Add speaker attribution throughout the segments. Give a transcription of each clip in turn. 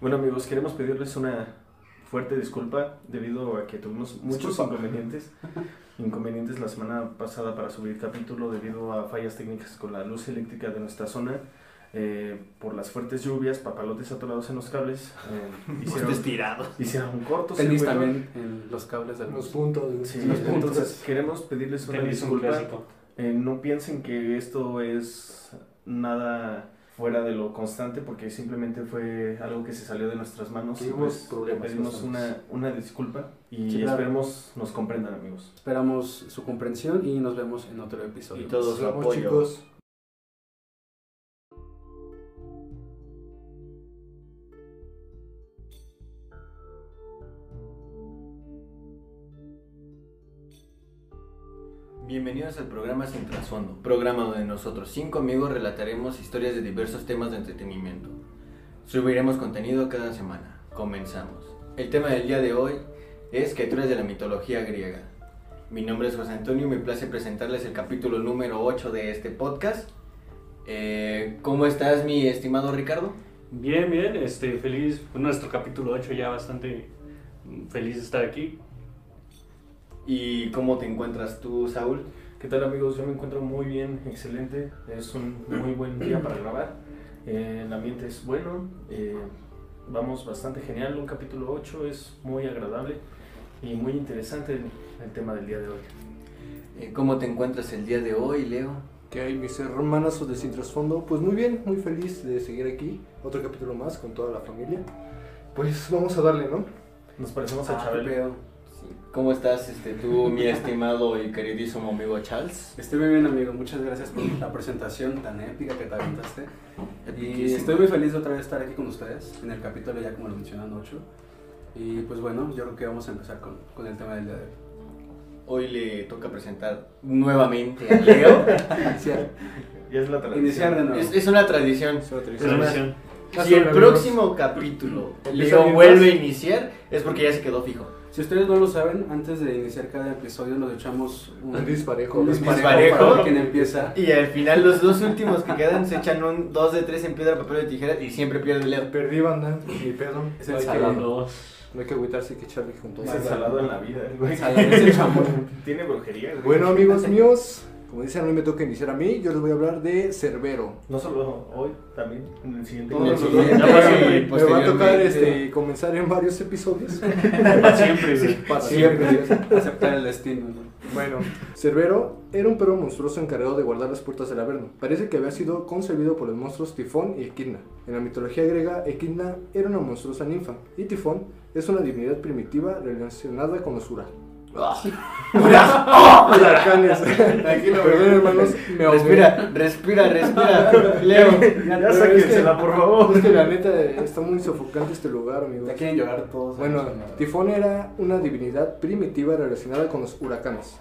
Speaker 1: Bueno amigos, queremos pedirles una fuerte disculpa debido a que tuvimos muchos
Speaker 2: Disculpa.
Speaker 1: inconvenientes. Inconvenientes la semana pasada para subir capítulo debido a fallas técnicas con la luz eléctrica de nuestra zona. eh, por las fuertes lluvias, papalotes atorados en los cables. eh, hicieron,
Speaker 3: Pues estirados.
Speaker 1: hicieron cortos.
Speaker 4: Tenis
Speaker 1: circuito.
Speaker 4: también en los cables del
Speaker 2: Los puntos. güey.
Speaker 1: Sí,
Speaker 2: Los puntos.
Speaker 1: entonces queremos pedirles una
Speaker 3: Tenis un
Speaker 1: disculpa.
Speaker 3: clásico.
Speaker 1: Eh, no piensen que esto es nada fuera de lo constante porque simplemente fue algo que se salió de nuestras manos. y
Speaker 2: Tuvimos
Speaker 1: pues,
Speaker 2: problemas
Speaker 1: Le pedimos
Speaker 2: constantes.
Speaker 1: una, una disculpa y
Speaker 4: Sí, claro.
Speaker 1: esperemos nos comprendan amigos.
Speaker 4: Esperamos su comprensión y nos vemos en otro episodio.
Speaker 3: Y todo
Speaker 2: Nos
Speaker 3: su
Speaker 2: vemos,
Speaker 3: apoyo.
Speaker 2: chicos.
Speaker 3: Bienvenidos al programa Sin Trasfondo, programa donde nosotros cinco amigos relataremos historias de diversos temas de entretenimiento. Subiremos contenido cada semana. Comenzamos. El tema del día de hoy es criaturas de la mitología griega. Mi nombre es José Antonio y me place presentarles el capítulo número 8 de este podcast. Eh, ¿Cómo estás, mi estimado Ricardo?
Speaker 5: Bien, bien, este, feliz, nuestro capítulo 8 ya bastante mm, feliz de estar aquí.
Speaker 3: ¿Y cómo te encuentras tú, Saúl?
Speaker 1: ¿Qué tal amigos? Yo me encuentro muy bien, excelente. Es un muy buen día para grabar. Eh, el ambiente es bueno. eh, vamos bastante genial. Un capítulo 8 es muy agradable y muy interesante el- el tema del día de hoy.
Speaker 3: Eh, ¿Cómo te encuentras el día de hoy, Leo?
Speaker 2: ¿Qué hay, mis hermanas de Sin Trasfondo? Pues muy bien, muy feliz de seguir aquí. Otro capítulo más con toda la familia. Pues vamos a darle, ¿no?
Speaker 1: Nos parecemos a
Speaker 4: Ah, qué
Speaker 1: Chabelo.
Speaker 4: pedo.
Speaker 3: ¿Cómo estás este, tú, mi estimado y queridísimo amigo Charles?
Speaker 4: Estoy muy bien, amigo. Muchas gracias por la presentación tan épica que te aventaste. Y
Speaker 3: Epiquísimo.
Speaker 4: estoy muy feliz de otra vez estar aquí con ustedes en el capítulo, ya como lo mencionan, 8. Y pues bueno, yo creo que vamos a empezar con, con el tema del día de hoy.
Speaker 3: Hoy le toca presentar nuevamente a Leo.
Speaker 4: Iniciar,
Speaker 1: Ya es la tradición.
Speaker 4: iniciar de nuevo.
Speaker 3: es, es una tradición.
Speaker 2: Es una
Speaker 5: Es
Speaker 2: tradición.
Speaker 5: la
Speaker 3: Además,
Speaker 5: misión.
Speaker 3: Si el próximo capítulo
Speaker 2: Empieza
Speaker 3: Leo
Speaker 2: bien
Speaker 3: vuelve a
Speaker 2: más.
Speaker 3: iniciar, es porque ya se quedó fijo.
Speaker 4: Si ustedes no lo saben, antes de iniciar cada episodio nos echamos
Speaker 2: Un
Speaker 4: un,
Speaker 2: disparejo.
Speaker 4: un
Speaker 3: disparejo.
Speaker 4: disparejo para quien empieza.
Speaker 3: Y al final, los dos últimos que quedan se echan un 2 de 3 en piedra, papel o tijera y siempre pierde Leo.
Speaker 2: Perdí banda, mi pedo.
Speaker 4: Es
Speaker 2: No
Speaker 4: el
Speaker 2: hay que-
Speaker 4: salado.
Speaker 5: Dos.
Speaker 2: No hay que agüitarse, hay que echarle junto.
Speaker 1: Pues Es ensalado en la vida, güey.
Speaker 4: Ensalada, es el chamor.
Speaker 1: Tiene brujería, güey.
Speaker 2: Bueno, amigos míos, como dicen, hoy me toca iniciar a mí. Yo les voy a hablar de Cerbero.
Speaker 1: No solo hoy, también en el siguiente.
Speaker 2: Todos
Speaker 3: En el
Speaker 2: los
Speaker 3: siguiente,
Speaker 2: dos.
Speaker 5: Ya pasaron, güey.
Speaker 3: y
Speaker 2: Me va a tocar
Speaker 3: posteriormente.
Speaker 2: este, comenzar en varios episodios.
Speaker 5: Para siempre, güey.
Speaker 2: Para siempre.
Speaker 4: Aceptar el destino, ¿no?
Speaker 2: Bueno, Cerbero era un perro monstruoso encargado de guardar las puertas del Averno. Parece que había sido concebido por los monstruos Tifón y Equidna. En la mitología griega, Equidna era una monstruosa ninfa y Tifón es una divinidad primitiva relacionada con los Ura.
Speaker 1: Ah.
Speaker 2: Huracanes. Perdón, hermanos, me ahogué.
Speaker 3: Respira, respira, respira. Leo,
Speaker 1: Ya sáquensela, por favor.
Speaker 2: Es que la neta está muy sofocante este lugar, amigos.
Speaker 4: Ya quieren llorar todos.
Speaker 2: Bueno,
Speaker 4: tipo
Speaker 2: Tifón era una divinidad primitiva relacionada con los huracanes.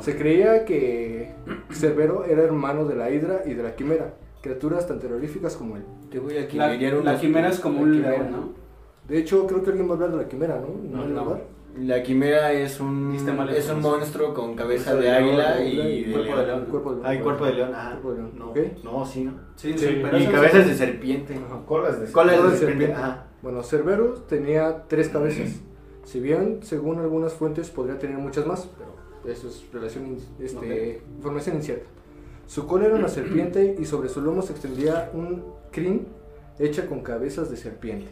Speaker 2: Se creía que Cerbero era hermano de la Hidra y de la Quimera, criaturas tan terroríficas como él.
Speaker 3: Te voy a
Speaker 4: la,
Speaker 3: quimerear
Speaker 4: la
Speaker 3: unos-
Speaker 4: quimera es como
Speaker 2: la
Speaker 4: un
Speaker 2: quimera.
Speaker 4: león, ¿no?
Speaker 2: De hecho, creo que alguien va a hablar de la Quimera, ¿no? ¿No,
Speaker 4: No,
Speaker 2: el
Speaker 4: no.
Speaker 2: lugar?
Speaker 3: La quimera es un,
Speaker 4: Este mal
Speaker 3: es un
Speaker 4: es-
Speaker 3: monstruo con cabeza
Speaker 4: Cabeza
Speaker 3: de
Speaker 4: de
Speaker 3: águila
Speaker 4: león,
Speaker 3: y de
Speaker 4: cuerpo de
Speaker 3: león.
Speaker 4: león.
Speaker 2: Cuerpo de
Speaker 3: Ah, y cuerpo de león. Ah,
Speaker 2: Cuerpo de león.
Speaker 3: no.
Speaker 2: Ok.
Speaker 3: No, sí, no.
Speaker 4: Sí,
Speaker 5: Sí,
Speaker 4: pero
Speaker 3: Y
Speaker 4: eso no
Speaker 3: cabezas
Speaker 4: se-
Speaker 3: de serpiente.
Speaker 2: Ajá.
Speaker 1: Colas de
Speaker 3: Colas
Speaker 2: Cola
Speaker 3: de
Speaker 2: de
Speaker 3: serpiente.
Speaker 2: serpiente.
Speaker 3: Ajá.
Speaker 2: Bueno, Cerbero tenía tres cabezas. Si bien, según algunas fuentes, podría tener muchas más, pero eso es relación in- este, información incierta. Su cola era una serpiente y sobre su lomo se extendía un crin hecha con cabezas de serpiente.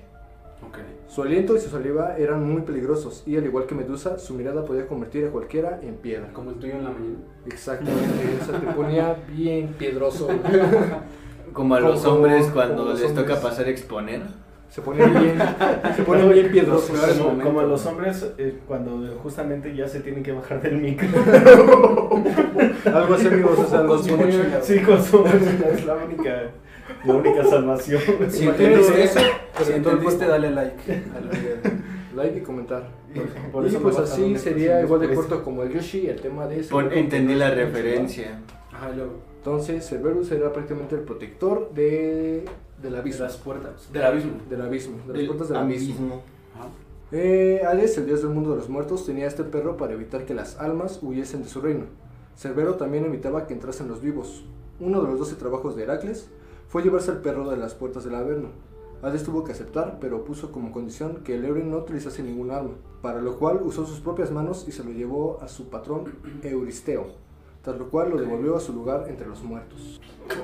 Speaker 4: Ok.
Speaker 2: Su aliento y su saliva eran muy peligrosos y al igual que Medusa, su mirada podía convertir a cualquiera en piedra.
Speaker 4: Como el tuyo en la mañana.
Speaker 2: Exactamente, o sea, te ponía bien piedroso.
Speaker 3: Como a
Speaker 2: Como-
Speaker 3: los hombres
Speaker 2: como
Speaker 3: cuando
Speaker 2: los
Speaker 3: les toca
Speaker 2: hombres.
Speaker 3: pasar a exponer.
Speaker 2: Se ponía bien, se ponía bien piedroso.
Speaker 4: Los peores
Speaker 1: Como, como
Speaker 4: momento.
Speaker 1: los hombres eh, cuando justamente ya se tienen que bajar del micro.
Speaker 2: Algo así, amigos, o sea, los
Speaker 4: Con su
Speaker 2: ponía-
Speaker 4: mochila.
Speaker 1: sí, con su es la única, la única salvación.
Speaker 4: Si
Speaker 2: Imagínate
Speaker 4: entendiste
Speaker 2: eso,
Speaker 4: eso,
Speaker 2: pero
Speaker 4: si
Speaker 2: en todo el
Speaker 4: entendiste,
Speaker 2: cuerpo.
Speaker 4: dale like al video.
Speaker 2: like y comentar.
Speaker 1: Por
Speaker 2: y
Speaker 1: eso
Speaker 2: pues
Speaker 1: me bajaron
Speaker 2: así
Speaker 1: estos
Speaker 2: sería
Speaker 1: años
Speaker 2: igual de
Speaker 1: por
Speaker 2: corto como el Yoshi, el tema de ese.
Speaker 3: Pon- entendí la referencia.
Speaker 4: Ajá, y luego.
Speaker 2: Entonces, Cerberus era prácticamente el protector de, del
Speaker 4: De
Speaker 2: abismo.
Speaker 4: las puertas. Del abismo.
Speaker 2: Del abismo, de las
Speaker 3: El
Speaker 2: puertas del abismo.
Speaker 3: abismo.
Speaker 4: Ajá.
Speaker 2: Eh, Hades, el dios del mundo de los muertos, tenía este perro para evitar que las almas huyesen de su reino. Cerbero también evitaba que entrasen los vivos. Uno de los doce trabajos de Heracles fue llevarse al perro de las puertas del Averno. Hades tuvo que aceptar, pero puso como condición que el héroe no utilizase ningún arma, para lo cual usó sus propias manos y se lo llevó a su patrón Euristeo, tras lo cual lo devolvió a su lugar entre los muertos.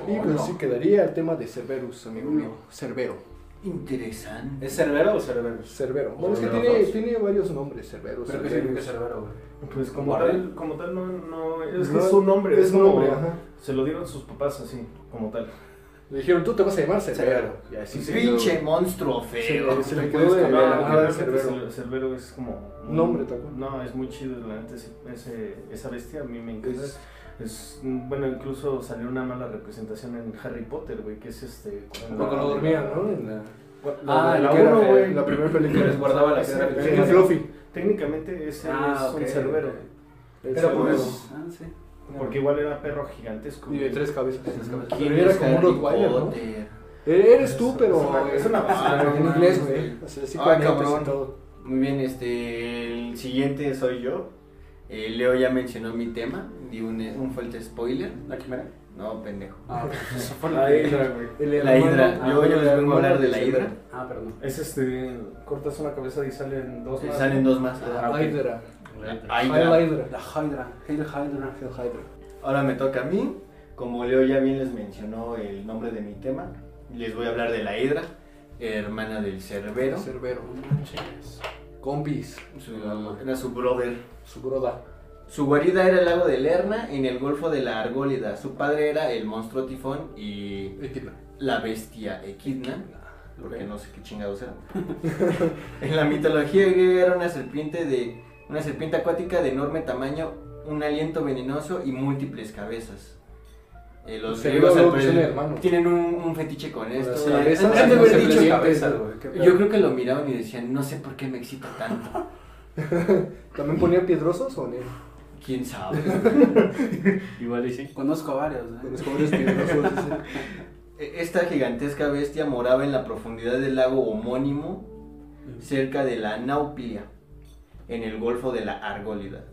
Speaker 2: Mm. Y pues así quedaría el tema de Cerberus, amigo mío. Cerbero.
Speaker 3: Interesante.
Speaker 4: ¿Es Cerbero o Cerberus?
Speaker 2: Cerbero. Bueno, es que
Speaker 4: Cerbero
Speaker 2: tiene,
Speaker 4: dos.
Speaker 2: tiene varios nombres, Cerberus.
Speaker 4: Creo que sí, creo que es Cerbero, güey.
Speaker 1: Pues como
Speaker 4: Guarda.
Speaker 1: tal, como tal no, no es que
Speaker 2: No,
Speaker 1: es su nombre,
Speaker 2: es
Speaker 1: es
Speaker 2: su nombre,
Speaker 1: nombre.
Speaker 2: ajá.
Speaker 1: Se lo dieron sus papás así, como tal.
Speaker 2: Le dijeron, tú te vas a llamar Cerbero.
Speaker 4: Cerbero.
Speaker 2: Y así se
Speaker 3: Pinche
Speaker 2: quedó.
Speaker 3: monstruo feo.
Speaker 2: Se, se le
Speaker 4: Te
Speaker 2: quedó
Speaker 4: puedes
Speaker 2: de
Speaker 1: No,
Speaker 4: cambiar,
Speaker 2: la
Speaker 4: ah,
Speaker 1: realmente
Speaker 2: nada
Speaker 1: el
Speaker 2: Cerbero.
Speaker 1: Cerbero. es como un
Speaker 2: Nombre, tal cual.
Speaker 1: No, es muy chido, la neta, ese- ese- esa bestia a mí me encanta.
Speaker 2: Es-
Speaker 1: Es, mm, bueno, incluso salió una mala representación en Harry Potter, güey, que es este.
Speaker 2: Cuando lo dormían, ¿no? En la,
Speaker 4: Ah,
Speaker 2: que
Speaker 4: la
Speaker 2: era,
Speaker 4: uno,
Speaker 2: eh,
Speaker 4: güey.
Speaker 2: La primera
Speaker 4: Que
Speaker 2: película.
Speaker 4: les guardaba la piedra.
Speaker 1: Sí,
Speaker 2: El
Speaker 1: sí.
Speaker 4: filosofal.
Speaker 2: Fluffy.
Speaker 1: Técnicamente ese es
Speaker 4: Ah, ok.
Speaker 1: un cerbero,
Speaker 2: El
Speaker 4: Pero
Speaker 2: Cerbero.
Speaker 4: pues. Ah, sí.
Speaker 1: porque igual era perro gigantesco.
Speaker 2: Y de
Speaker 1: güey.
Speaker 2: tres cabezas.
Speaker 4: Tres cabezas.
Speaker 2: Pero era como un Rottweiler, ¿no? Eh, Eres tú, pero.
Speaker 1: es una- es una
Speaker 2: Ah,
Speaker 1: basura,
Speaker 2: En
Speaker 3: no
Speaker 2: inglés,
Speaker 3: mames,
Speaker 2: güey.
Speaker 3: güey.
Speaker 2: O sea, sí,
Speaker 3: Ah,
Speaker 2: planetas
Speaker 3: cabrón.
Speaker 2: y todo.
Speaker 3: Muy bien, este, el siguiente soy yo. Eh, Leo ya mencionó mi tema, di un, un fuerte spoiler.
Speaker 4: ¿La quimera?
Speaker 3: No, pendejo.
Speaker 4: Ah, pues, fue
Speaker 1: La hidra, güey.
Speaker 2: El
Speaker 3: La
Speaker 2: hermano-
Speaker 3: hidra,
Speaker 2: ah,
Speaker 3: yo, yo
Speaker 2: el
Speaker 3: les vengo a hablar
Speaker 2: hermano
Speaker 3: de la
Speaker 2: Cerbero.
Speaker 3: hidra.
Speaker 4: Ah, perdón.
Speaker 1: Es este. Cortas una cabeza y salen dos
Speaker 3: Eh,
Speaker 1: más.
Speaker 3: Salen dos más. Ah,
Speaker 1: Ah,
Speaker 2: La
Speaker 1: ok.
Speaker 2: hidra.
Speaker 3: La
Speaker 2: La
Speaker 3: hidra.
Speaker 2: hidra.
Speaker 4: La Hydra. Hail Hydra.
Speaker 2: El hidra.
Speaker 3: Ahora me toca a mí. Como Leo ya bien les mencionó el nombre de mi tema, les voy a hablar de la hidra, hermana del Cerbero.
Speaker 2: Cerbero.
Speaker 4: No manches.
Speaker 2: Compis.
Speaker 3: Su- era su brother.
Speaker 2: Su broda.
Speaker 3: Su guarida era el lago de Lerna en el golfo de la Argólida. Su padre era el monstruo Tifón y
Speaker 2: Equidna.
Speaker 3: la bestia Equidna. Porque no sé qué chingados era. en la mitología griega era una serpiente de una serpiente acuática de enorme tamaño, un aliento venenoso y múltiples cabezas. Eh, los
Speaker 2: Se
Speaker 3: griegos
Speaker 2: ve
Speaker 3: al
Speaker 2: lo que son
Speaker 3: parecer,
Speaker 2: hermanos.
Speaker 3: tienen un, un fetiche con esto.
Speaker 2: Las
Speaker 3: Eh,
Speaker 2: cabezas,
Speaker 3: han de
Speaker 2: las
Speaker 4: Han de
Speaker 3: haber
Speaker 2: no se
Speaker 3: dicho-
Speaker 2: les-
Speaker 4: cabeza, güey. qué pedo.
Speaker 3: yo creo que lo miraban y decían, no sé por qué me excita tanto.
Speaker 2: ¿También ponía piedrosos o no?
Speaker 3: ¿Quién sabe?
Speaker 5: Igual y sí.
Speaker 4: Conozco varios,
Speaker 2: Con
Speaker 4: ¿eh?
Speaker 2: los colores piedrosos. sí, sí.
Speaker 3: E, Esta gigantesca bestia moraba en la profundidad del lago homónimo, cerca de la Nauplia, en el golfo de la Argólida.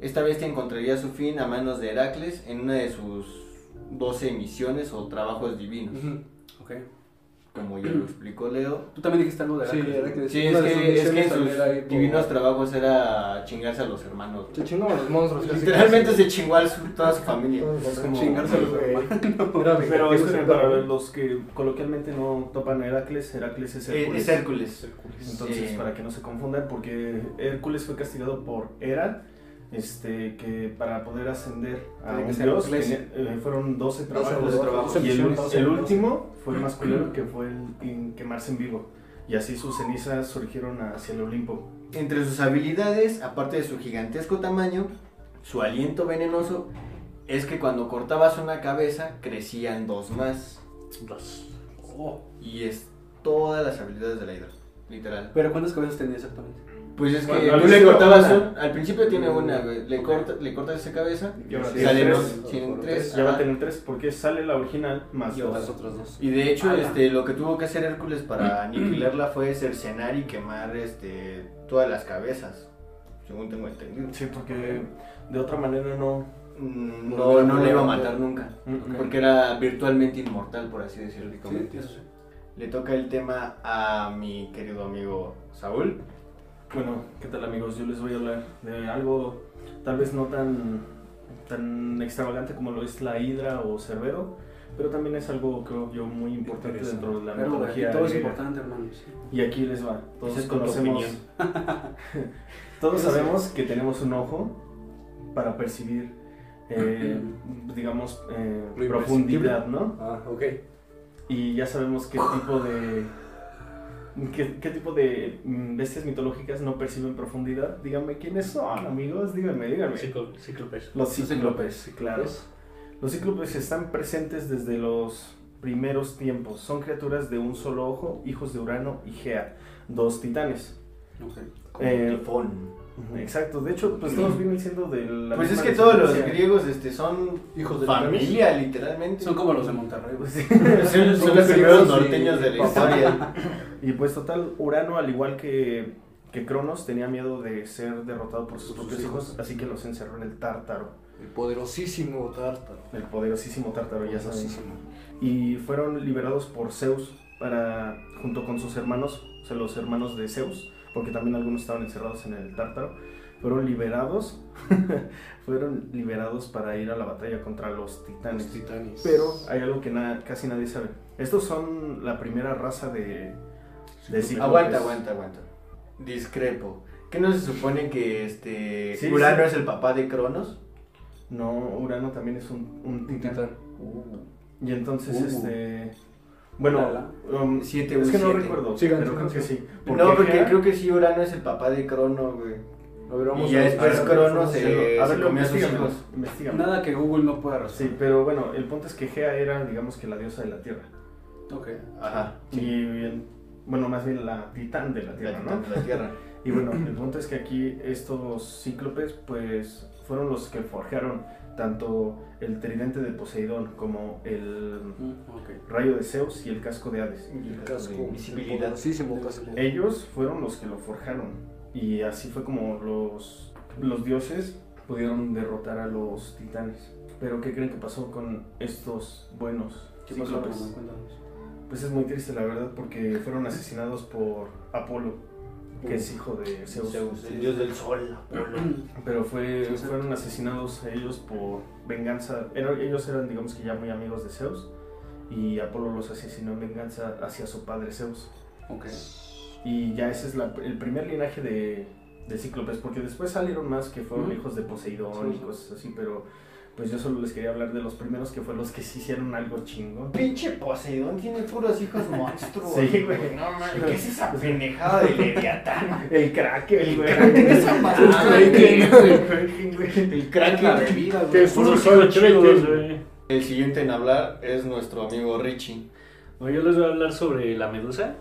Speaker 3: Esta bestia encontraría su fin a manos de Heracles en una de sus 12 misiones o trabajos divinos,
Speaker 2: Ujú.
Speaker 4: Ok.
Speaker 3: como ya lo explicó Leo.
Speaker 4: Tú también dijiste algo de
Speaker 2: Sí, era que
Speaker 3: Sí, es
Speaker 2: una de sus
Speaker 3: que, es que
Speaker 2: misiones
Speaker 3: en sus
Speaker 2: también era ir por-
Speaker 3: divinos trabajos era chingarse a los hermanos.
Speaker 2: Se chingó a los monstruos. casi,
Speaker 3: Literalmente se chingó a su- toda su familia.
Speaker 2: casi.
Speaker 1: como-
Speaker 2: Chingarse a los
Speaker 4: Güey.
Speaker 2: hermanos.
Speaker 1: Pero es que para los que coloquialmente no topan a Heracles, Heracles es
Speaker 3: Eh,
Speaker 1: Hércules.
Speaker 3: Es Hércules.
Speaker 1: Entonces,
Speaker 3: Sí.
Speaker 1: para que no se confundan, porque Hércules fue castigado por Hera, este, que para poder ascender a
Speaker 2: Tiene que
Speaker 1: un
Speaker 2: ser
Speaker 1: dios
Speaker 2: Hércules.
Speaker 1: tenía- eh, fueron 12 trabajos.
Speaker 2: 12
Speaker 3: trabajos.
Speaker 1: Y el,
Speaker 2: misiones.
Speaker 1: el último fue el masculino, que fue el en quemarse en vivo. Y así sus cenizas surgieron hacia el Olimpo.
Speaker 3: Entre sus habilidades, aparte de su gigantesco tamaño, su aliento venenoso, es que cuando cortabas una cabeza crecían dos más.
Speaker 5: Dos.
Speaker 4: Oh,
Speaker 3: Y es todas las habilidades de la hidra, literal.
Speaker 4: pero ¿cuántas cabezas tenía exactamente?
Speaker 3: Pues es que
Speaker 1: Bueno, al
Speaker 3: tú le
Speaker 1: principio
Speaker 3: cortabas
Speaker 1: una.
Speaker 3: un- al principio tiene una, güey, le, corta- le cortas esa cabeza,
Speaker 1: Y ahora
Speaker 2: Sí,
Speaker 1: tiene
Speaker 3: salen
Speaker 1: tres.
Speaker 3: dos, tienen tres.
Speaker 1: Ya va a
Speaker 3: ajá.
Speaker 1: tener tres, porque sale la original más
Speaker 4: Y
Speaker 1: dos.
Speaker 4: las otras dos.
Speaker 3: Y de hecho,
Speaker 4: Ala.
Speaker 3: este, lo que tuvo que hacer Hércules para aniquilarla fue cercenar y quemar este, todas las cabezas, según tengo entendido.
Speaker 1: Sí, porque de otra manera no.
Speaker 3: Mm, No, no le iba a matar nunca.
Speaker 1: Mm,
Speaker 3: Porque era virtualmente inmortal, por así decirlo.
Speaker 4: Sí, eso sí.
Speaker 3: Le toca el tema a mi querido amigo Saúl.
Speaker 1: Bueno, ¿qué tal amigos? Yo les voy a hablar de algo tal vez no tan, tan extravagante como lo es la hidra o cerbero, pero también es algo creo yo muy importante
Speaker 2: Interesante.
Speaker 1: dentro de la
Speaker 4: Pero güey,
Speaker 1: mitología.
Speaker 4: aquí todo es
Speaker 1: griega.
Speaker 4: importante, hermano. sí.
Speaker 1: Y aquí les va. Todos
Speaker 3: Esa es tu
Speaker 1: conocemos.
Speaker 3: opinión.
Speaker 1: todos sabemos que tenemos un ojo para percibir, eh, digamos, eh,
Speaker 2: Lo
Speaker 1: profundidad, ¿no?
Speaker 2: Ah, ok.
Speaker 1: Y ya sabemos qué tipo de. ¿Qué, qué tipo de mm, bestias mitológicas no perciben profundidad? Díganme quiénes son, amigos. Díganme, díganme.
Speaker 5: Ciclo- Cíclopes.
Speaker 1: Los
Speaker 4: Los
Speaker 1: cíclopes,
Speaker 4: cíclopes,
Speaker 1: sí, claro. Los cíclopes están presentes desde los primeros tiempos. Son criaturas de un solo ojo, hijos de Urano y Gea, dos titanes.
Speaker 4: Ok.
Speaker 3: Como
Speaker 1: Eh,
Speaker 3: tifón.
Speaker 1: Exacto, de hecho, pues todos vienen siendo de la
Speaker 3: Pues es
Speaker 1: misma
Speaker 3: que todos los
Speaker 1: descendencia.
Speaker 3: griegos este, son
Speaker 2: Hijos de
Speaker 3: familia, literalmente.
Speaker 4: Son como los de Monterrey,
Speaker 1: Pues
Speaker 4: güey.
Speaker 3: son, son los
Speaker 2: griegos
Speaker 3: primeros
Speaker 2: y
Speaker 3: norteños de la
Speaker 2: papá.
Speaker 3: historia.
Speaker 1: Y pues total, Urano, al igual que, que Cronos, tenía miedo de ser derrotado por sus
Speaker 2: Por sus
Speaker 1: propios
Speaker 2: hijos.
Speaker 1: hijos, así que los encerró en el Tártaro,
Speaker 2: El poderosísimo tártaro.
Speaker 1: el poderosísimo Tártaro, ya saben.
Speaker 2: Poderosísimo.
Speaker 1: Y fueron liberados por Zeus, para, junto con sus hermanos, o sea, los hermanos de Zeus, porque también algunos estaban encerrados en el Tártaro, fueron liberados, fueron liberados para ir a la batalla contra los titanes.
Speaker 6: Los titanes.
Speaker 1: Pero hay algo que na- casi nadie sabe. Estos son la primera raza de... de cíclopes.
Speaker 3: Aguanta, aguanta, aguanta. Discrepo. ¿Qué no se supone que este
Speaker 1: Sí,
Speaker 3: Urano
Speaker 1: sí.
Speaker 3: es el papá de Cronos?
Speaker 1: No, Urano también es un, un
Speaker 2: Un
Speaker 1: titán.
Speaker 2: titán.
Speaker 1: Y entonces,
Speaker 4: Uh.
Speaker 1: este... Bueno,
Speaker 4: Lala.
Speaker 1: um,
Speaker 3: Siete,
Speaker 1: es que no
Speaker 3: siete.
Speaker 1: recuerdo,
Speaker 2: Sigan,
Speaker 1: pero
Speaker 2: sigan,
Speaker 1: creo que sí.
Speaker 3: no, porque
Speaker 1: Hera-
Speaker 3: creo que sí Urano es el papá de Crono, güey.
Speaker 2: A ver, vamos
Speaker 3: Y ya
Speaker 2: a
Speaker 3: después
Speaker 1: ver,
Speaker 3: Cronos
Speaker 1: vamos a hacerlo.
Speaker 3: se,
Speaker 1: A
Speaker 3: se
Speaker 1: ver,
Speaker 3: comió a sus
Speaker 1: investígamelo,
Speaker 3: hijos.
Speaker 1: investígamelo.
Speaker 4: Nada que Google no pueda resolver.
Speaker 1: Sí, pero bueno, el punto es que Gea era, digamos que la diosa de la tierra.
Speaker 4: Ok.
Speaker 3: Ajá.
Speaker 1: Y el- bueno, más bien la titán de la
Speaker 3: La
Speaker 1: tierra,
Speaker 3: titán
Speaker 1: ¿no?
Speaker 3: de la Tierra.
Speaker 1: Y bueno, el punto es que aquí estos cíclopes, pues fueron los que forjaron tanto el tridente de Poseidón como el
Speaker 4: Mm, ok.
Speaker 1: rayo de Zeus y el casco de Hades.
Speaker 2: El casco.
Speaker 3: Invisibilidad.
Speaker 2: El poderosísimo casco.
Speaker 1: Ellos fueron los que lo forjaron. Y así fue como los, los dioses pudieron derrotar a los titanes. Pero ¿qué creen que pasó con estos buenos
Speaker 4: ¿Qué pasó,
Speaker 1: cíclopes?
Speaker 4: Román? Cuéntanos.
Speaker 1: Pues es muy triste, la verdad, porque fueron asesinados por Apolo, que es hijo de Zeus.
Speaker 3: Zeus, el dios del sol, Apolo.
Speaker 1: Pero fue,
Speaker 4: Sí, exacto.
Speaker 1: fueron asesinados ellos por venganza. Era- ellos eran, digamos que ya muy amigos de Zeus. Y Apolo los asesinó en venganza hacia su padre Zeus.
Speaker 4: Ok.
Speaker 1: Y ya ese es la- el primer linaje de, de cíclopes, porque después salieron más que fueron
Speaker 4: Ujú.
Speaker 1: hijos de Poseidón
Speaker 4: Sí,
Speaker 1: y
Speaker 4: sí.
Speaker 1: cosas así, pero pues yo solo les quería hablar de los primeros que fueron los que sí hicieron algo chingón.
Speaker 3: Pinche Poseidón tiene puros hijos monstruos.
Speaker 1: Sí, güey.
Speaker 3: No mames, ¿qué es esa pendejada de Leviatán?
Speaker 1: El Kraken,
Speaker 3: El
Speaker 1: güey.
Speaker 3: Kraken, esa mamada,
Speaker 1: El
Speaker 3: Ah, güey.
Speaker 1: Kraken, güey.
Speaker 3: El
Speaker 4: Es la
Speaker 3: Kraken.
Speaker 4: bebida, güey.
Speaker 2: Que
Speaker 5: Unos
Speaker 2: Solo
Speaker 5: hijos
Speaker 2: sabe
Speaker 5: chidos,
Speaker 2: Kraken.
Speaker 5: güey.
Speaker 3: El siguiente en hablar es nuestro amigo Richie.
Speaker 5: No, yo les voy a hablar sobre la medusa.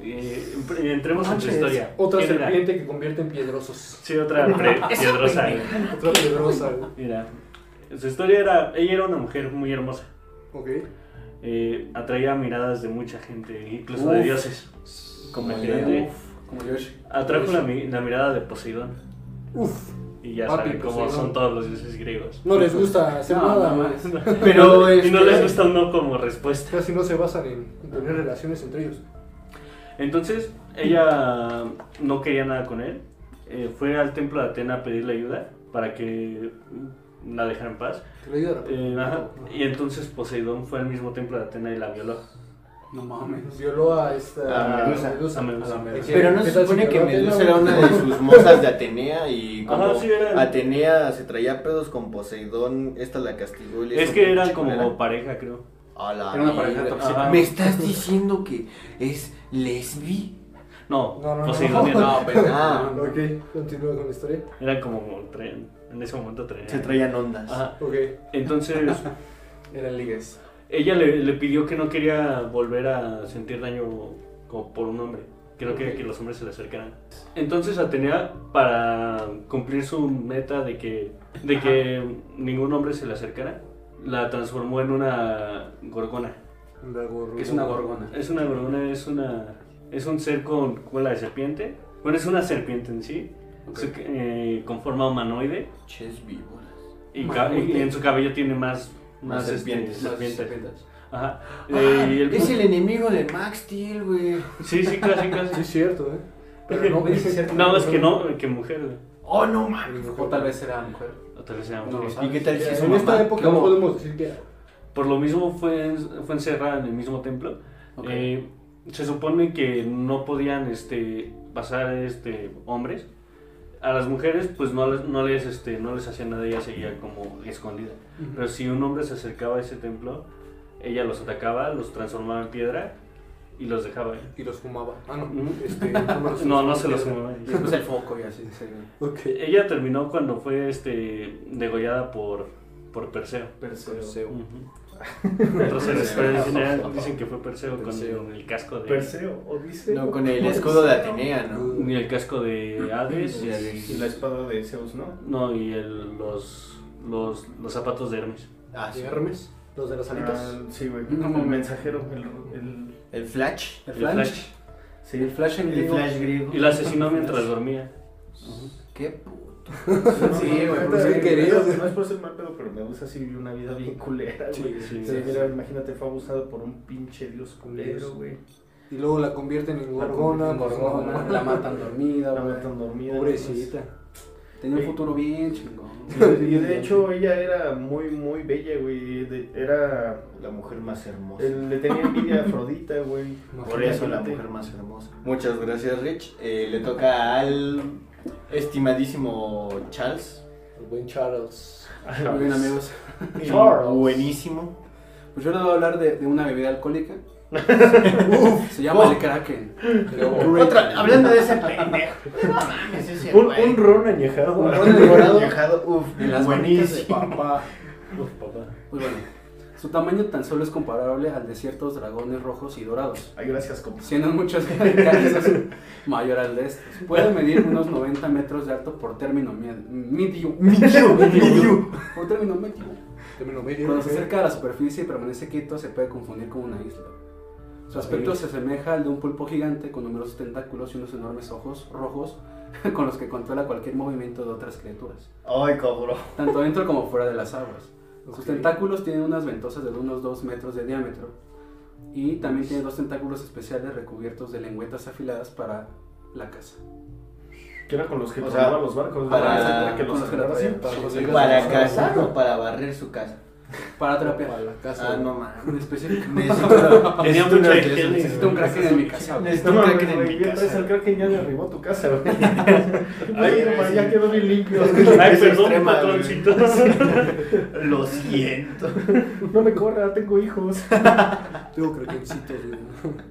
Speaker 5: Eh, entremos en su
Speaker 2: Manches,
Speaker 5: historia.
Speaker 2: Otra
Speaker 5: ¿Quién era?
Speaker 2: serpiente que convierte en piedrosos.
Speaker 5: Sí, otra pre- piedrosa.
Speaker 2: Otra piedrosa. güey.
Speaker 5: Mira, su historia era, ella era una mujer muy hermosa.
Speaker 2: Ok.
Speaker 5: Eh, atraía miradas de mucha gente, incluso
Speaker 4: Uf.
Speaker 5: de dioses.
Speaker 4: Como
Speaker 5: Imagínate.
Speaker 4: Yoshi. Como Yoshi.
Speaker 5: Atrajo la, mi- la mirada de Poseidón.
Speaker 2: Uf.
Speaker 5: Y ya
Speaker 2: Papi,
Speaker 5: saben cómo
Speaker 2: Poseidón.
Speaker 5: son todos los dioses griegos.
Speaker 2: No les gusta hacer nada.
Speaker 4: no,
Speaker 2: güey.
Speaker 4: mames.
Speaker 3: Pero
Speaker 5: y no
Speaker 3: este,
Speaker 5: les gusta un no como respuesta.
Speaker 2: Casi no se basan en en tener relaciones entre ellos.
Speaker 5: Entonces, ella no quería nada con él. Eh, fue al templo de Atena a pedirle ayuda para que la dejara en paz.
Speaker 2: Que le ayudan a-
Speaker 5: Eh, ajá. Y entonces Poseidón fue al mismo templo de Atena y la violó.
Speaker 4: No
Speaker 2: Ah,
Speaker 4: mames.
Speaker 2: Violó a esta
Speaker 3: A Medusa.
Speaker 5: A Medusa.
Speaker 2: ¿Qué-
Speaker 3: Pero no
Speaker 2: qué
Speaker 3: se
Speaker 2: tal si
Speaker 3: supone que
Speaker 2: violó
Speaker 3: Medusa
Speaker 2: a Atena, güey?
Speaker 3: era una de sus mozas de Atenea y como
Speaker 5: Ajá, sí, era.
Speaker 3: Atenea se traía pedos con Poseidón, esta la castigó y le
Speaker 5: Es
Speaker 3: hizo
Speaker 5: que eran
Speaker 3: pinche
Speaker 5: como
Speaker 3: culera.
Speaker 5: pareja, creo.
Speaker 3: A la
Speaker 4: Era una pareja
Speaker 3: verga.
Speaker 4: tóxica.
Speaker 5: Ajá.
Speaker 3: ¿Me estás diciendo que es lesbi?
Speaker 5: No,
Speaker 2: No, no, no.
Speaker 5: Poseidón era-
Speaker 4: No, pero.
Speaker 3: Ah.
Speaker 4: no, no.
Speaker 2: Ok, continúa con la historia.
Speaker 5: Era como tren. En ese momento tren.
Speaker 3: Se traían ondas.
Speaker 5: Ajá.
Speaker 2: Ok,
Speaker 5: Entonces,
Speaker 6: Eran ligas.
Speaker 5: ella le, le pidió que no quería volver a sentir daño como por un hombre, que no quería que los hombres se le acercaran. Entonces Atenea, para cumplir su meta de que, de que ningún hombre se le acercara, la transformó en una gorgona.
Speaker 2: una gorgona.
Speaker 4: Que es una gorgona.
Speaker 5: Es una gorgona, es, una, es un ser con cola de serpiente. Bueno, es una serpiente en sí,
Speaker 4: Ok.
Speaker 5: su- eh, con forma humanoide
Speaker 3: Ches víboras.
Speaker 5: y, ca- y en su cabello tiene más,
Speaker 3: Más
Speaker 5: este,
Speaker 3: serpientes.
Speaker 4: Las
Speaker 5: serpientes.
Speaker 4: serpientes.
Speaker 5: Ajá.
Speaker 3: Ah,
Speaker 5: Eh, y el
Speaker 3: es
Speaker 5: punto-
Speaker 3: el enemigo de Max Steel, güey.
Speaker 5: Sí, sí, casi,
Speaker 2: Sí,
Speaker 5: casi.
Speaker 2: es cierto, ¿eh? Pero no dice cierto.
Speaker 5: Nada más que no, que mujer. güey.
Speaker 3: Oh, no mames.
Speaker 4: O tal vez era mujer.
Speaker 5: O tal vez sea
Speaker 4: No lo
Speaker 5: mujer.
Speaker 4: sé.
Speaker 3: ¿Y qué tal si es
Speaker 2: En esta época no
Speaker 4: ¿Cómo?
Speaker 2: podemos decir que era.
Speaker 5: Por lo mismo fue, en- fue encerrada en el mismo templo.
Speaker 4: Ok.
Speaker 5: Eh, se supone que no podían este, pasar este, hombres. A las mujeres, pues no les, no les, este, no les hacían nada, ella seguía como escondida. Pero si un hombre se acercaba a ese templo, ella los atacaba, los transformaba en piedra y los dejaba ahí.
Speaker 2: Y los fumaba. Ah, no.
Speaker 5: Ujú.
Speaker 2: Este, no, me
Speaker 5: No, no se los fumaba.
Speaker 4: Y después el foco y así. sí, sí.
Speaker 2: Ok.
Speaker 5: Ella terminó cuando fue este, degollada por, por Perseo.
Speaker 1: Perseo.
Speaker 6: Perseo.
Speaker 5: Entonces,
Speaker 3: Perseo.
Speaker 5: pero dicen, eh, dicen que fue Perseo,
Speaker 6: Perseo.
Speaker 5: con el casco de.
Speaker 1: Perseo, Odiseo.
Speaker 3: No, con el escudo de Atenea, ¿no?
Speaker 5: Y el casco de Hades.
Speaker 3: De
Speaker 1: Y
Speaker 3: Hades.
Speaker 1: la espada de Zeus, ¿no?
Speaker 5: No, y el- los, los, los zapatos de Hermes.
Speaker 3: Ah, sí.
Speaker 2: ¿De Hermes? Los de las alitas.
Speaker 1: Ah, sí, güey.
Speaker 4: No,
Speaker 1: el
Speaker 4: mames.
Speaker 1: mensajero, el, el-
Speaker 3: El Flash.
Speaker 4: El
Speaker 5: El
Speaker 4: flash.
Speaker 5: Flash.
Speaker 1: Sí,
Speaker 4: El flash en
Speaker 3: El
Speaker 4: griego.
Speaker 3: Flash griego.
Speaker 5: Y la asesinó mientras dormía.
Speaker 3: Qué puto.
Speaker 2: Sí, güey,
Speaker 1: no,
Speaker 2: pero sí
Speaker 1: no,
Speaker 2: querías.
Speaker 1: No es por ser mal pedo, pero me gusta así vivir una vida bien culera, güey.
Speaker 5: Sí,
Speaker 1: Sí,
Speaker 5: sí, sí.
Speaker 1: mira, imagínate, fue abusado por un pinche dios culero,
Speaker 2: Dios.
Speaker 1: güey.
Speaker 2: Y luego la convierten en gorgona. pues, no,
Speaker 4: Gorgona,
Speaker 2: no.
Speaker 4: la matan dormida,
Speaker 1: La
Speaker 4: güey.
Speaker 1: matan dormida.
Speaker 2: Pobrecita.
Speaker 4: Tenía un futuro bien chingón.
Speaker 1: Y de, hecho ella era muy, muy bella, güey. De- Era...
Speaker 3: La mujer más hermosa.
Speaker 1: el- le tenía envidia a Afrodita, güey.
Speaker 3: Por eso la
Speaker 1: Oh, Imagínate.
Speaker 3: mujer más hermosa. Muchas gracias, Rich. Eh, le toca al estimadísimo Charles.
Speaker 2: El buen Charles.
Speaker 4: Muy bien, amigos.
Speaker 1: Y-
Speaker 3: Charles. Buenísimo.
Speaker 4: Pues yo les voy a hablar de, de una bebida alcohólica. Se llama el Kraken.
Speaker 3: Otra, hablando de ese pendejo. No mames, ese
Speaker 1: Un,
Speaker 3: güey.
Speaker 1: un ron añejado.
Speaker 3: Un ron dorado. Uf,
Speaker 4: En las
Speaker 3: buenísimo.
Speaker 4: barricas de
Speaker 3: papá.
Speaker 1: Uf, papá.
Speaker 4: Pues bueno, su tamaño tan solo es comparable al de ciertos dragones rojos y dorados,
Speaker 1: Ay, gracias, compa.
Speaker 4: siendo en muchos casos mayor al de estos. Puede medir unos 90 metros de alto por término med- medio. Medio, medio. Por término medio.
Speaker 2: Término medio.
Speaker 4: Cuando se
Speaker 2: güey.
Speaker 4: acerca a la superficie y permanece quieto, se puede confundir con una isla. Su aspecto se asemeja al de un pulpo gigante con numerosos tentáculos y unos enormes ojos rojos con los que controla cualquier movimiento de otras criaturas,
Speaker 3: Ay, cabrón.
Speaker 4: tanto dentro como fuera de las aguas. Sus
Speaker 2: Ok.
Speaker 4: tentáculos tienen unas ventosas de unos 2 metros de diámetro y también tiene dos tentáculos especiales recubiertos de lengüetas afiladas para la caza.
Speaker 1: Que era con los que
Speaker 3: O
Speaker 1: tomaban
Speaker 3: sea,
Speaker 1: los barcos.
Speaker 3: para-
Speaker 1: ¿verdad? que
Speaker 4: con
Speaker 1: los
Speaker 4: los que
Speaker 1: agarraba así.
Speaker 4: la traían.
Speaker 2: Sí,
Speaker 3: ¿Para
Speaker 2: sí,
Speaker 3: cazar
Speaker 2: sí.
Speaker 3: o para barrer su casa?
Speaker 4: Para
Speaker 2: Para
Speaker 4: trapear.
Speaker 2: la casa.
Speaker 3: Ah,
Speaker 2: güey.
Speaker 3: no mames.
Speaker 4: En específico.
Speaker 3: Necesito,
Speaker 5: Tenía
Speaker 3: necesito
Speaker 5: mucha
Speaker 3: una-
Speaker 5: higiene.
Speaker 4: Necesito un kraken en mi casa. güey.
Speaker 3: Necesito
Speaker 1: No
Speaker 3: un
Speaker 1: mames,
Speaker 3: kraken en
Speaker 1: güey,
Speaker 3: mi
Speaker 1: ya traes
Speaker 3: casa.
Speaker 1: el Kraken, ya derribó tu casa, güey. Ay, no, mames, ya quedó bien limpio.
Speaker 5: Ay,
Speaker 3: Es
Speaker 5: perdón,
Speaker 3: extrema,
Speaker 5: patroncito.
Speaker 3: Lo siento.
Speaker 1: No me corra, tengo hijos.
Speaker 2: Tengo craquencitos, güey.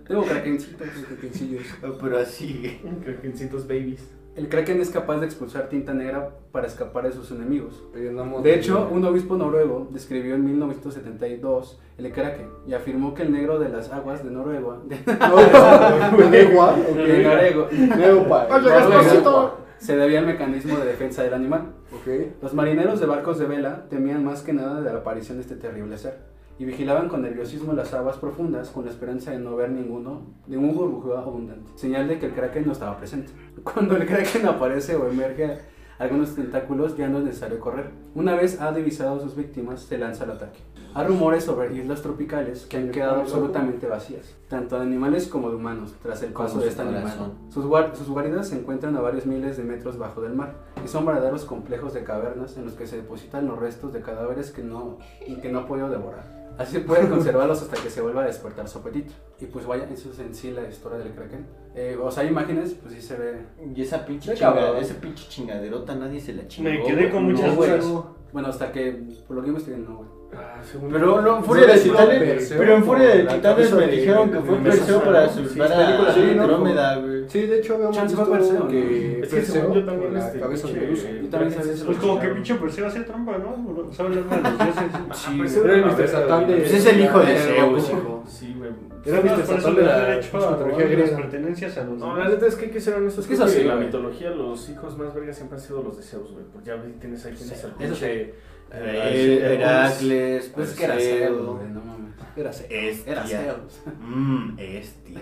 Speaker 4: Tengo krakencito.
Speaker 2: Tengo craquencillos.
Speaker 3: Pero así.
Speaker 1: Krakencitos babies.
Speaker 4: El kraken es capaz de expulsar tinta negra para escapar de sus enemigos.
Speaker 2: Rellenamos
Speaker 4: De hecho, un obispo noruego describió en 1972 el kraken y afirmó que el negro de las aguas de Noruega, de,
Speaker 2: No, de igual,
Speaker 4: de
Speaker 2: ok.
Speaker 4: Norego-
Speaker 2: Nuevo pa-
Speaker 1: Oye,
Speaker 2: Nuevo
Speaker 1: Gasparcito.
Speaker 2: pa-
Speaker 4: se debía al mecanismo de defensa del animal.
Speaker 2: Ok.
Speaker 4: Los marineros de barcos de vela temían más que nada de la aparición de este terrible ser y vigilaban con nerviosismo las aguas profundas con la esperanza de no ver ninguno, ningún burbujeo abundante, señal de que el kraken no estaba presente. Cuando el kraken aparece o emerge algunos tentáculos ya no es necesario correr. Una vez ha divisado a sus víctimas, se lanza al ataque. Hay rumores sobre islas tropicales que han quedado absolutamente vacías, tanto de animales como de humanos, tras el paso de
Speaker 3: Como su
Speaker 4: este animal.
Speaker 3: corazón.
Speaker 4: Sus, guar- sus guaridas se encuentran a varios miles de metros bajo del mar y son verdaderos complejos de cavernas en los que se depositan los restos de cadáveres que no, y que no ha podido devorar. Así se pueden conservarlos hasta que se vuelva a despertar su apetito. Y pues vaya, eso es en sí la historia del kraken. Eh, o sea, hay imágenes, pues sí se ve.
Speaker 3: Y esa pinche
Speaker 4: Qué cabrón.
Speaker 3: chingada, esa pinche chingaderota nadie se la chingó.
Speaker 5: Me quedé con
Speaker 3: güey.
Speaker 5: muchas
Speaker 3: güey.
Speaker 5: dudas.
Speaker 4: Bueno, hasta que, por lo que investigué, no, güey. Pues
Speaker 1: Ah,
Speaker 3: Pero no, en Furia de
Speaker 2: es una
Speaker 3: Titanes,
Speaker 2: versión
Speaker 3: pero en Furia de
Speaker 2: como la
Speaker 3: Titanes
Speaker 2: cabeza
Speaker 3: me
Speaker 2: de-
Speaker 3: dijeron que
Speaker 2: de
Speaker 3: fue un
Speaker 1: Medusa,
Speaker 3: Perseo para
Speaker 1: ¿no?
Speaker 3: salvar
Speaker 1: Sí,
Speaker 3: a
Speaker 1: película,
Speaker 2: sí, ¿no?
Speaker 3: Andrómeda, güey.
Speaker 2: Sí, de hecho habíamos
Speaker 4: Chance fue
Speaker 2: visto
Speaker 4: Perseo, ¿no?
Speaker 2: que
Speaker 1: Es que según yo también
Speaker 2: con la
Speaker 1: este
Speaker 2: cabeza
Speaker 1: pinche-
Speaker 2: de Medusa.
Speaker 1: eh,
Speaker 4: Yo también sabía
Speaker 1: Kraken
Speaker 4: eso.
Speaker 5: Pues como que pinche Perseo hacía trampa, ¿no? Sabe hablar de los dioses.
Speaker 1: Ah, pues
Speaker 2: güey.
Speaker 1: era
Speaker 2: Era
Speaker 1: la
Speaker 2: el Mr.
Speaker 1: verga,
Speaker 2: Satán
Speaker 1: güey.
Speaker 2: de-
Speaker 3: Pues es el hijo de
Speaker 2: Eh,
Speaker 3: Zeus,
Speaker 2: guapo.
Speaker 3: hijo.
Speaker 1: Sí, güey.
Speaker 2: Era Mr.
Speaker 5: Por eso
Speaker 2: Satán
Speaker 5: le
Speaker 2: de
Speaker 5: da
Speaker 2: la
Speaker 5: derecho a
Speaker 2: mitología
Speaker 5: robarle las
Speaker 2: griega.
Speaker 5: pertenencias a los
Speaker 1: No, la neta es que hay que ser honestos.
Speaker 4: Es que
Speaker 1: creo
Speaker 4: es así,
Speaker 1: en la
Speaker 4: güey.
Speaker 1: mitología los hijos más vergas siempre han sido los de Zeus, güey. Porque ya ves, tienes ahí tienes al
Speaker 3: eso sí.
Speaker 1: pinche,
Speaker 3: Eh,
Speaker 1: Heracles,
Speaker 3: Heracles,
Speaker 4: Pues es que era Zeus,
Speaker 3: Perseo.
Speaker 4: güey, no mames.
Speaker 2: Era Zeus.
Speaker 4: Era
Speaker 3: Estia.
Speaker 4: Zeus.
Speaker 3: Mmm, Estia.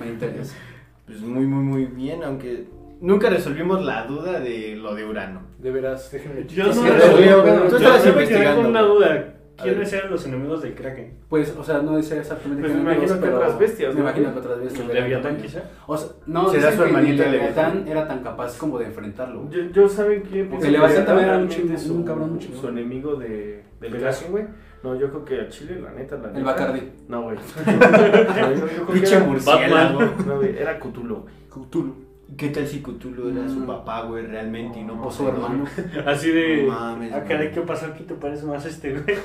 Speaker 4: Me interesa.
Speaker 3: Pues muy, muy, muy bien, aunque nunca resolvimos la duda de lo de Urano.
Speaker 2: De veras, déjenme
Speaker 5: Yo
Speaker 2: checar.
Speaker 5: no
Speaker 2: Sí,
Speaker 5: resolví,
Speaker 2: pero-
Speaker 3: pero tú
Speaker 5: Yo,
Speaker 3: estabas
Speaker 5: yo me quedé
Speaker 3: investigando.
Speaker 5: con una duda.
Speaker 3: A
Speaker 5: ¿Quiénes
Speaker 3: ver.
Speaker 5: eran los enemigos del Kraken?
Speaker 4: Pues, o sea, no decía exactamente
Speaker 1: Pues
Speaker 4: qué
Speaker 1: me imagino
Speaker 4: enemigos,
Speaker 1: que otras bestias,
Speaker 4: Me
Speaker 1: ¿no? Pues
Speaker 4: imagino que otras bestias.
Speaker 5: ¿Los
Speaker 4: eran
Speaker 5: Leviatán
Speaker 4: tamaño.
Speaker 5: quizá?
Speaker 4: O sea, no,
Speaker 3: ¿Será
Speaker 4: dicen que
Speaker 3: su
Speaker 4: ni
Speaker 3: hermanito
Speaker 4: Leviatán
Speaker 3: Leviatán?
Speaker 4: era tan capaz como de enfrentarlo. güey.
Speaker 1: Yo, yo saben que
Speaker 4: Porque Leviatán también era un chingo, un cabrón, un chingo.
Speaker 1: su enemigo de, del Kraken, güey. No, yo creo que a Chile, la neta, la neta.
Speaker 4: El Bacardi.
Speaker 1: No, güey. No, yo- yo creo que
Speaker 3: Pinche
Speaker 1: era-
Speaker 3: murciélago.
Speaker 1: Batman. No, güey, era Cthulhu, güey.
Speaker 2: Cthulhu.
Speaker 3: ¿Qué tal si Cthulhu era su papá, güey, realmente y no
Speaker 4: O su hermano.
Speaker 5: Así de.
Speaker 3: No mames,
Speaker 5: acá de
Speaker 3: güey.
Speaker 5: qué pasó aquí te parece más este, güey.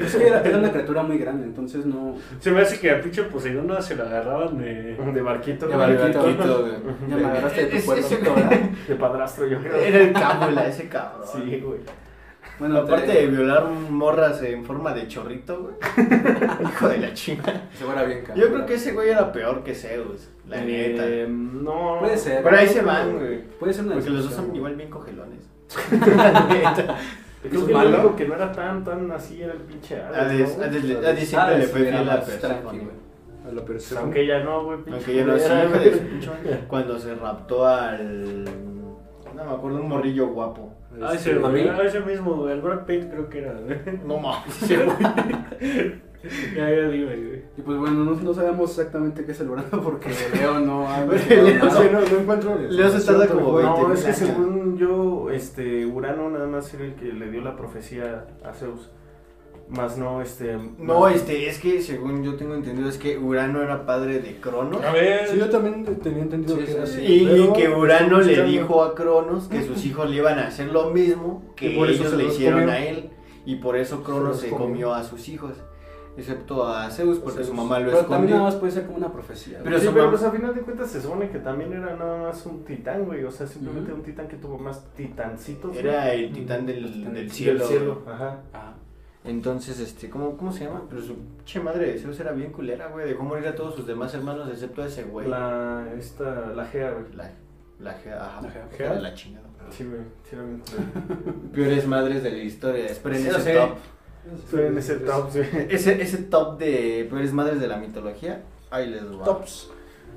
Speaker 4: Es que era, era una criatura muy grande, entonces no.
Speaker 5: Se me hace que a pinche Poseidona se la agarraban de.
Speaker 1: De barquito,
Speaker 4: De
Speaker 1: güey,
Speaker 4: barquito. Ya me agarraste de
Speaker 3: Era
Speaker 4: tu puerto, ¿verdad?
Speaker 1: de padrastro, yo creo.
Speaker 3: era el cábula, ese cabrón.
Speaker 1: Sí, güey.
Speaker 4: Bueno,
Speaker 3: Aparte
Speaker 4: te-
Speaker 3: de violar morras en forma de chorrito, güey. Hijo de la chingada.
Speaker 4: Se fuera bien caro.
Speaker 3: Yo creo que ese güey era peor que Zeus, la neta.
Speaker 1: Eh, No.
Speaker 4: Puede ser.
Speaker 3: Pero ahí se van, güey.
Speaker 4: Puede ser una
Speaker 3: Porque los dos
Speaker 4: discusión,
Speaker 3: son
Speaker 4: güey.
Speaker 3: igual bien cogelones. La neta.
Speaker 1: Creo
Speaker 4: ¿Es
Speaker 1: que el
Speaker 4: malo?
Speaker 1: único que no era tan, tan así era el pinche Hades, ¿no?
Speaker 3: Hades- Hades- Hades
Speaker 4: Ah,
Speaker 3: siempre le
Speaker 4: sí,
Speaker 3: fue
Speaker 4: era
Speaker 3: fiel a
Speaker 4: más tranqui,
Speaker 3: Persephone.
Speaker 4: güey.
Speaker 2: a la persona.
Speaker 1: Aunque ya no, güey. pinche
Speaker 3: Aunque ya no
Speaker 1: culera,
Speaker 3: sirve,
Speaker 1: güey.
Speaker 3: pinche madre. Cuando se raptó al. No me acuerdo, un morrillo guapo.
Speaker 5: Ah, ese,
Speaker 2: Este,
Speaker 5: güey, ah, ese mismo, güey. El Brad Pitt creo que era, güey.
Speaker 3: No mames, ese güey.
Speaker 5: Ya, ya, dime, güey.
Speaker 4: Y pues bueno, no, no sabemos exactamente qué es el verano porque Leo no ha
Speaker 3: Güey,
Speaker 4: investigado
Speaker 2: No
Speaker 4: nada.
Speaker 2: sé, no, no encuentro. la
Speaker 3: Leo se
Speaker 2: información,
Speaker 3: tarda
Speaker 2: pero
Speaker 3: como
Speaker 2: bueno,
Speaker 1: No,
Speaker 3: 20.
Speaker 1: es que
Speaker 3: Mira.
Speaker 1: según yo, este Urano nada más era el que le dio la profecía a Zeus. Más no, este.
Speaker 3: No, este, es que según yo tengo entendido, es que Urano era padre de Cronos.
Speaker 5: ver.
Speaker 2: Sí, yo también tenía entendido
Speaker 4: Sí,
Speaker 2: que
Speaker 4: sí,
Speaker 2: era
Speaker 4: sí.
Speaker 2: así.
Speaker 3: Y
Speaker 2: pero
Speaker 3: que Urano
Speaker 2: estoy
Speaker 3: le
Speaker 2: buscando.
Speaker 3: dijo a Cronos que sus hijos le iban a hacer lo mismo que
Speaker 2: Y por eso
Speaker 3: ellos
Speaker 2: se
Speaker 3: le
Speaker 2: los
Speaker 3: hicieron
Speaker 2: comió.
Speaker 3: a él. Y por eso Cronos
Speaker 2: Se
Speaker 3: se
Speaker 2: los
Speaker 3: comió a sus hijos. Excepto a Zeus, porque
Speaker 2: Zeus.
Speaker 3: su mamá lo
Speaker 4: Pero también nada
Speaker 3: escondió.
Speaker 4: más puede ser como una profecía.
Speaker 3: Pero
Speaker 4: Pero
Speaker 1: sí,
Speaker 3: su
Speaker 1: pero
Speaker 3: mam-
Speaker 1: pues, a final de cuentas se supone que también era nada más un titán, güey. O sea, simplemente
Speaker 4: Ujú.
Speaker 1: un titán que tuvo más titancitos. güey,
Speaker 3: Era el titán del,
Speaker 4: Titán
Speaker 3: del
Speaker 4: del
Speaker 3: cielo.
Speaker 1: Ajá.
Speaker 4: ah,
Speaker 3: Entonces, este, ¿cómo, ¿cómo se llama? Pero su che madre de Zeus era bien culera, güey. Dejó morir a todos sus demás hermanos, excepto a ese güey.
Speaker 1: La, esta, la Gea, güey.
Speaker 3: La, la Gea, ajá.
Speaker 4: La Gea.
Speaker 3: Hija de la chingada.
Speaker 1: Sí, güey. Sí, era bien.
Speaker 3: Peores madres de la historia. Esperen
Speaker 1: Sí,
Speaker 3: ese
Speaker 1: lo sé.
Speaker 3: top.
Speaker 1: Estoy en ese top, güey.
Speaker 3: Ese, ese top de peores madres de la mitología. Ahí les va.
Speaker 2: Tops.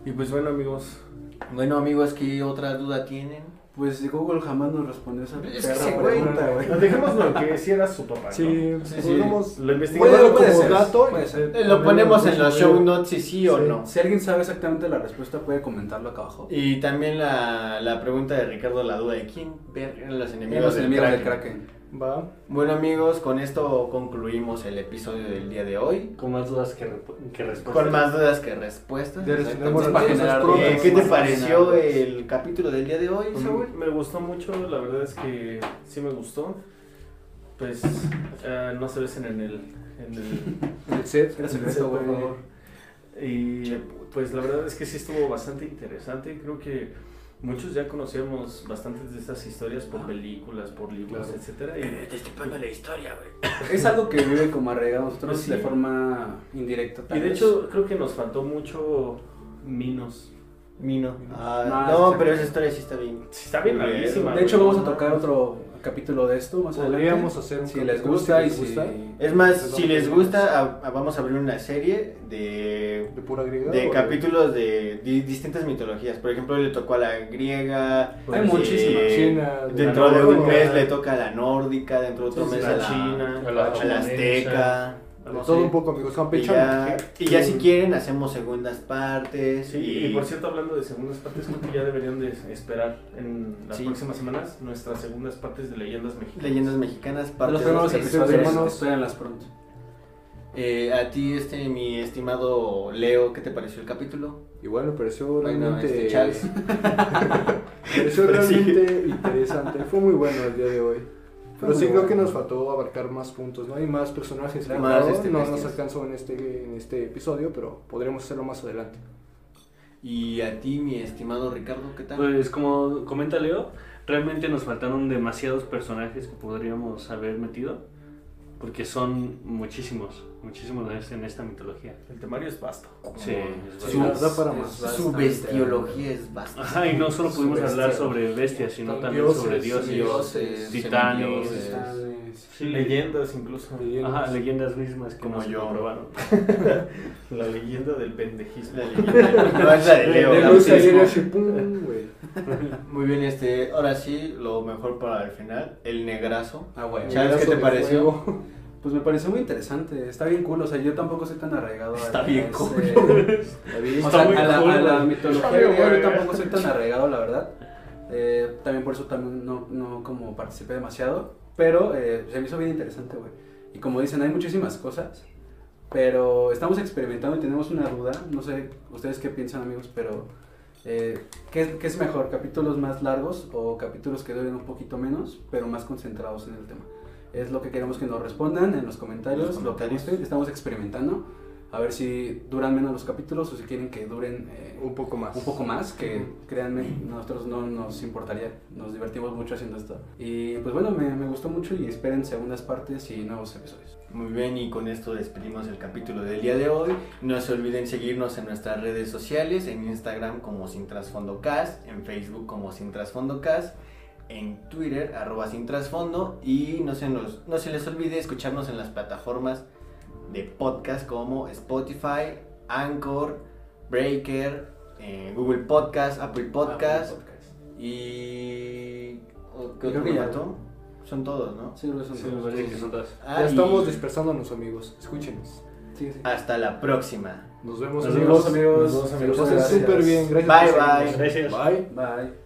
Speaker 1: Y pues bueno, amigos.
Speaker 3: Bueno, amigos, ¿qué otra duda tienen?
Speaker 4: pues Google jamás nos respondió esa
Speaker 3: Es que
Speaker 4: perra
Speaker 3: ese güey-
Speaker 4: pregunta, güey.
Speaker 1: Dejemos lo que sí era su papá. ¿no?
Speaker 2: Sí,
Speaker 3: Sí, sí.
Speaker 2: podemos
Speaker 1: Lo investigamos.
Speaker 2: Bueno,
Speaker 4: puede
Speaker 2: como
Speaker 4: ser,
Speaker 2: dato,
Speaker 4: puede ser.
Speaker 2: eh,
Speaker 3: Lo ponemos en los show notes si sí o
Speaker 2: Sí.
Speaker 3: no.
Speaker 4: Si alguien sabe exactamente la respuesta, puede comentarlo acá abajo.
Speaker 3: Y también la, la pregunta de Ricardo, la duda de quién ver eran los enemigos,
Speaker 4: Los
Speaker 3: del
Speaker 4: enemigos del
Speaker 3: Kraken.
Speaker 4: Kraken.
Speaker 2: va.
Speaker 3: Bueno amigos, con esto concluimos el episodio del día de hoy.
Speaker 5: Con más dudas que, rep- que respuestas.
Speaker 3: Con más dudas que respuestas.
Speaker 2: Ya resolvemos
Speaker 3: Exactamente.
Speaker 4: para generar
Speaker 3: Eh,
Speaker 4: dudas.
Speaker 3: ¿Qué te
Speaker 4: Más
Speaker 3: pareció
Speaker 4: fascinantes.
Speaker 3: el capítulo del día de hoy,
Speaker 1: Mm.
Speaker 3: Saúl?
Speaker 1: Me gustó mucho, la verdad es que sí me gustó. Pues eh, no se besen en el. En el
Speaker 2: El set.
Speaker 4: Era
Speaker 1: en el set,
Speaker 4: secreto, por
Speaker 1: güey.
Speaker 4: favor.
Speaker 1: Y pues la verdad es que sí estuvo bastante interesante. Creo que muchos ya conocíamos bastantes de estas historias por películas, por libros,
Speaker 2: Claro.
Speaker 1: etcétera. Y
Speaker 3: la historia, güey.
Speaker 4: Es algo que vive como arraigado a nosotros
Speaker 3: Pues
Speaker 1: Sí.
Speaker 4: de forma indirecta. tal
Speaker 1: Y de
Speaker 4: vez.
Speaker 1: hecho, creo que nos faltó mucho Minos.
Speaker 3: Mino. Ah,
Speaker 4: No,
Speaker 3: no,
Speaker 4: sí.
Speaker 3: pero esa historia sí está bien.
Speaker 1: Sí, Está bien
Speaker 3: Güey.
Speaker 1: larguísima.
Speaker 4: de hecho, vamos a tocar otro capítulo de esto más
Speaker 2: Podríamos
Speaker 4: adelante.
Speaker 2: hacer un
Speaker 4: Si les
Speaker 2: capítulo,
Speaker 4: gusta
Speaker 2: si
Speaker 4: y
Speaker 2: les
Speaker 4: si.
Speaker 2: gusta.
Speaker 3: Es más, si les gusta, a- a- vamos a abrir una serie de,
Speaker 2: De pura griega.
Speaker 3: de
Speaker 2: o-
Speaker 3: capítulos de di- distintas mitologías. Por ejemplo, le tocó a la griega.
Speaker 4: Hay
Speaker 2: Pues,
Speaker 4: muchísimas.
Speaker 2: China, de
Speaker 3: Dentro
Speaker 1: la
Speaker 3: de un
Speaker 1: nórdica.
Speaker 3: mes le toca a la nórdica, dentro de otro
Speaker 1: Sí, sí,
Speaker 3: mes
Speaker 1: la
Speaker 3: a la
Speaker 1: china,
Speaker 3: a
Speaker 5: la
Speaker 3: la, a la azteca.
Speaker 2: De todo un poco, amigos.
Speaker 3: Y ya,
Speaker 2: Campechano.
Speaker 3: y ya si quieren hacemos segundas partes.
Speaker 1: Mm. Sí, y por cierto, hablando de segundas partes, creo que ya deberían de esperar en las
Speaker 3: Sí.
Speaker 1: próximas semanas nuestras segundas partes de leyendas mexicanas.
Speaker 3: leyendas mexicanas,
Speaker 4: De
Speaker 3: parte
Speaker 4: los primeros
Speaker 3: dos.
Speaker 2: episodios,
Speaker 4: episodios,
Speaker 2: hermanos.
Speaker 4: espérenlas pronto.
Speaker 3: Eh, a ti, este, mi estimado Leo, ¿qué te pareció el capítulo?
Speaker 2: Igual me pareció
Speaker 3: Bueno,
Speaker 2: realmente.
Speaker 3: este, Charles.
Speaker 2: me pareció
Speaker 3: Pero sí.
Speaker 2: realmente interesante. Fue muy bueno el día de hoy. Pero
Speaker 4: muy
Speaker 2: sí creo
Speaker 4: bueno.
Speaker 2: que nos faltó abarcar más puntos, ¿no? Y más personajes.
Speaker 3: Más,
Speaker 2: claro,
Speaker 3: este,
Speaker 2: no
Speaker 3: bestias.
Speaker 2: nos alcanzó en este, en este episodio, pero podremos hacerlo más adelante.
Speaker 3: Y a ti, mi estimado Ricardo, ¿qué tal?
Speaker 5: Pues como comenta Leo, realmente nos faltaron demasiados personajes que podríamos haber metido, porque son muchísimos, muchísimos este, en esta mitología.
Speaker 1: El temario es vasto.
Speaker 5: Sí, es
Speaker 2: Sí,
Speaker 5: verdad.
Speaker 2: la verdad para más.
Speaker 3: Su bestiología es bastante.
Speaker 5: Ajá, y no solo pudimos
Speaker 2: Sobre
Speaker 5: hablar
Speaker 2: este-
Speaker 5: sobre bestias, sino
Speaker 2: Son
Speaker 5: también
Speaker 2: dioses,
Speaker 5: sobre dioses.
Speaker 3: Dioses,
Speaker 5: Titanes.
Speaker 3: semidioses.
Speaker 5: Sí,
Speaker 1: Leyendas incluso.
Speaker 5: Ajá, leyendas mismas que
Speaker 3: Como
Speaker 5: no se
Speaker 3: yo.
Speaker 5: comprobaron.
Speaker 1: La leyenda del pendejismo.
Speaker 3: La leyenda- No es la de Leo.
Speaker 2: De
Speaker 3: la
Speaker 2: luz
Speaker 3: misma.
Speaker 2: ayer así, pum, güey.
Speaker 3: Muy bien, este, ahora sí, lo mejor para el final, el negrazo.
Speaker 4: Ah, güey.
Speaker 3: Charles, ¿qué te
Speaker 2: Pedazo de
Speaker 3: pareció?
Speaker 2: fuego.
Speaker 4: Pues me pareció muy interesante. Está bien cool. O sea, yo tampoco soy tan arraigado a
Speaker 3: Está bien
Speaker 4: ese-
Speaker 3: cool.
Speaker 4: O
Speaker 5: Está
Speaker 4: sea,
Speaker 5: muy
Speaker 4: a la,
Speaker 5: cool,
Speaker 4: a la
Speaker 5: güey.
Speaker 4: mitología
Speaker 1: Está bien,
Speaker 4: griega yo
Speaker 1: güey.
Speaker 4: tampoco soy tan arraigado, la verdad. Eh, también por eso también no, no como participé demasiado. Pero eh, se me hizo bien interesante, güey. Y como dicen, hay muchísimas cosas. Pero estamos experimentando y tenemos una duda. No sé ustedes qué piensan, amigos, pero... eh, ¿qué, qué es mejor? ¿Capítulos más largos o capítulos que duren un poquito menos, pero más concentrados en el tema? Es lo que queremos que nos respondan en los comentarios,
Speaker 3: Los
Speaker 4: lo que
Speaker 3: comentarios.
Speaker 4: gusten. Estamos experimentando. A ver si duran menos los capítulos o si quieren que duren eh,
Speaker 2: Un poco más.
Speaker 4: un poco más, que créanme, nosotros no nos importaría, nos divertimos mucho haciendo esto. Y pues bueno, me, me gustó mucho y esperen segundas partes y nuevos episodios.
Speaker 3: Muy bien, y con esto despedimos el capítulo del día de hoy. No se olviden seguirnos en nuestras redes sociales, en Instagram como Sin Trasfondo Cast, en Facebook como Sin Trasfondo Cast, en Twitter arroba Sin Trasfondo y no se, nos- no se les olvide escucharnos en las plataformas de podcast como Spotify, Anchor, Breaker, eh, Google Podcast, Apple Podcast
Speaker 4: Ah, podcast.
Speaker 3: y... ¿o ¿Qué
Speaker 4: Creo
Speaker 3: otro
Speaker 4: que ya.
Speaker 3: dato? Son todos, ¿no?
Speaker 4: Sí, lo son
Speaker 5: Sí, me
Speaker 4: todos.
Speaker 5: parece que son todas.
Speaker 3: Ah,
Speaker 2: Ya
Speaker 3: y
Speaker 2: estamos dispersándonos, amigos. Escúchenos.
Speaker 4: Sí,
Speaker 2: Ah.
Speaker 4: sí.
Speaker 3: Hasta la próxima.
Speaker 2: Nos vemos,
Speaker 5: Nos
Speaker 2: amigos.
Speaker 4: vemos, amigos.
Speaker 1: Nos vemos,
Speaker 2: Se lo
Speaker 1: amigos.
Speaker 2: pasen
Speaker 1: Gracias.
Speaker 2: súper bien. Gracias.
Speaker 3: Bye,
Speaker 2: por
Speaker 3: bye.
Speaker 2: seguirnos.
Speaker 5: Gracias.
Speaker 2: Bye.
Speaker 4: Bye.